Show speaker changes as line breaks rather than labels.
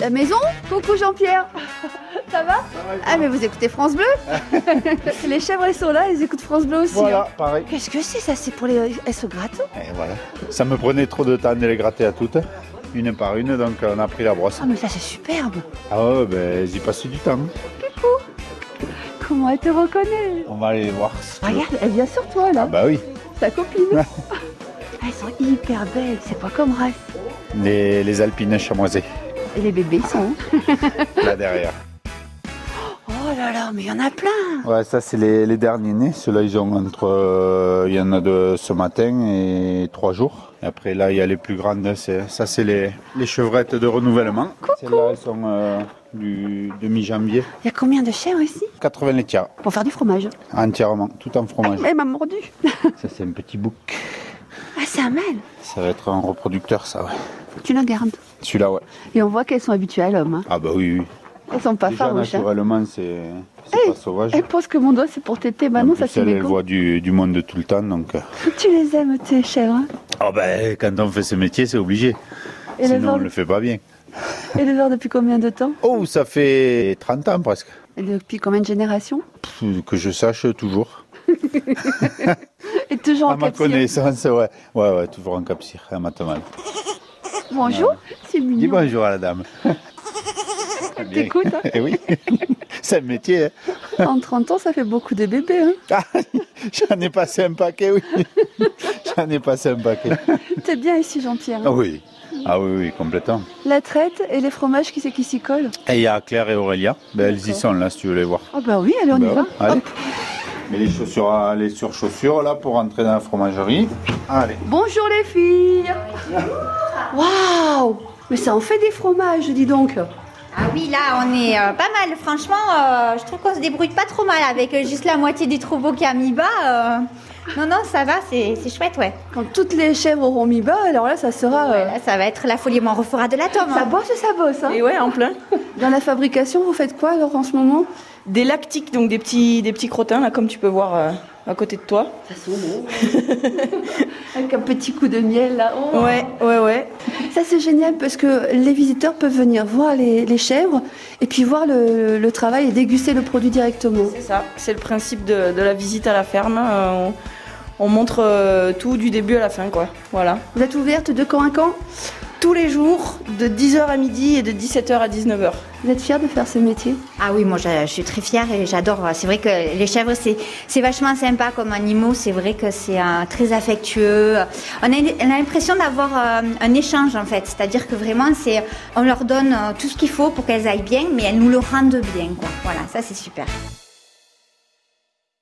La maison Coucou Jean-Pierre Ça va Ah mais vous écoutez France Bleu Les chèvres elles sont là, elles écoutent France Bleu aussi. hein.
Voilà, pareil.
Qu'est-ce que c'est ça C'est pour les... Elles se grattent
Et voilà. Ça me prenait trop de temps de les gratter à toutes, une par une, donc on a pris la brosse.
Ah mais ça c'est superbe
Ah ouais, ben j'y passé du temps.
Comment elle te reconnaît
On va aller les voir.
Regarde, elle vient sur toi là,
Ah bah oui,
sa copine. elles sont hyper belles, c'est pas comme race.
les, les alpines chamoisées,
Et les bébés ils sont...
là derrière.
Oh là là, mais il y en a plein
Ouais, ça c'est les, les derniers nés. Ceux-là, ils ont entre, euh, il y en a de ce matin et trois jours. Et après là, il y a les plus grandes. c'est- Ça c'est les, les chevrettes de renouvellement. Celles-là, elles sont euh, du demi-janvier.
Il y a combien de chèvres ici
80 laitières,
Pour faire du fromage. Ah,
entièrement, tout en fromage.
Elle m'a mordu
Ça c'est un petit bouc.
Ah c'est un mâle
Ça va être un reproducteur, ça. Ouais.
Tu la gardes.
Celui-là, ouais.
Et on voit qu'elles sont habituées à l'homme. hein.
Ah bah oui, oui.
Elles sont pas
Déjà
farouches. hein.
naturellement, c'est c'est
Hey,
pas sauvage.
Elle pense que mon doigt c'est pour téter, bah
En
non,
plus,
ça c'est
elle, elle
mégot.
voit du, du monde tout le temps, donc. euh.
Tu les aimes tes chèvres hein
Ah ben, quand on fait ce métier, c'est obligé.
Et les
Sinon, on
voir-
le fait pas bien.
et les voir depuis combien de temps
Oh, ça fait 30 ans presque.
Et Depuis combien de générations
Pff, Que je sache, toujours.
Et toujours
À
en
ma
capsule.
connaissance, ouais. Ouais, ouais, toujours en capsir, à ma tomate.
Bonjour, c'est
Dis
mignon.
bonjour à la dame. Bien.
T'écoutes, hein
Eh oui, c'est un métier. hein.
en 30 ans ça fait beaucoup de bébés. Hein
Ah, J'en ai passé un paquet, oui. J'en ai passé un paquet.
T'es bien ici Jean-Pierre.
Ah
hein
oui, ah oui, oui, complètement.
La traite et les fromages, qui c'est qui s'y colle
Et il y a Claire et Aurélia. Ben, elles y
D'accord.
sont là, si tu veux les voir.
Ah bah oui, allez on
Ben,
y va.
allez.
Hop.
Et les chaussures, à- les surchaussures, là, pour entrer dans la fromagerie. Allez.
Bonjour les filles Waouh Mais ça en fait des fromages, dis donc
Ah oui, là, on est euh, pas mal. Franchement, euh, je trouve qu'on se débrouille pas trop mal avec euh, juste la moitié du troupeau qui a mis bas. euh. Non, non, ça va, c'est c'est chouette, ouais.
Quand toutes les chèvres auront mis bas, alors là ça sera...
Ouais,
euh,
là, ça va être la folie, mais on refera de la tome.
Ça
hein.
bosse, ça bosse hein
Et ouais, en plein.
Dans la fabrication, vous faites quoi alors en ce moment
Des lactiques, donc des petits, des petits crottins, là, comme tu peux voir euh, à côté de toi.
Avec un petit coup de miel là. Oh.
Ouais, ouais, ouais.
Ça c'est génial parce que les visiteurs peuvent venir voir les, les chèvres et puis voir le, le travail et déguster le produit directement.
C'est ça, c'est le principe de, de la visite à la ferme. euh, on, on montre euh, tout du début à la fin, quoi. Voilà.
Vous êtes ouverte de camp à camp
Tous les jours, de 10h à midi et de 17h à 19h.
Vous êtes fière de faire ce métier
Ah oui, moi, je, je suis très fière et j'adore. C'est vrai que les chèvres, c'est c'est vachement sympa comme animaux. C'est vrai que c'est euh, très affectueux. On a, on a l'impression d'avoir euh, un échange, en fait. C'est-à-dire que vraiment, c'est on leur donne euh, tout ce qu'il faut pour qu'elles aillent bien, mais elles nous le rendent bien, quoi. Voilà, ça, c'est super.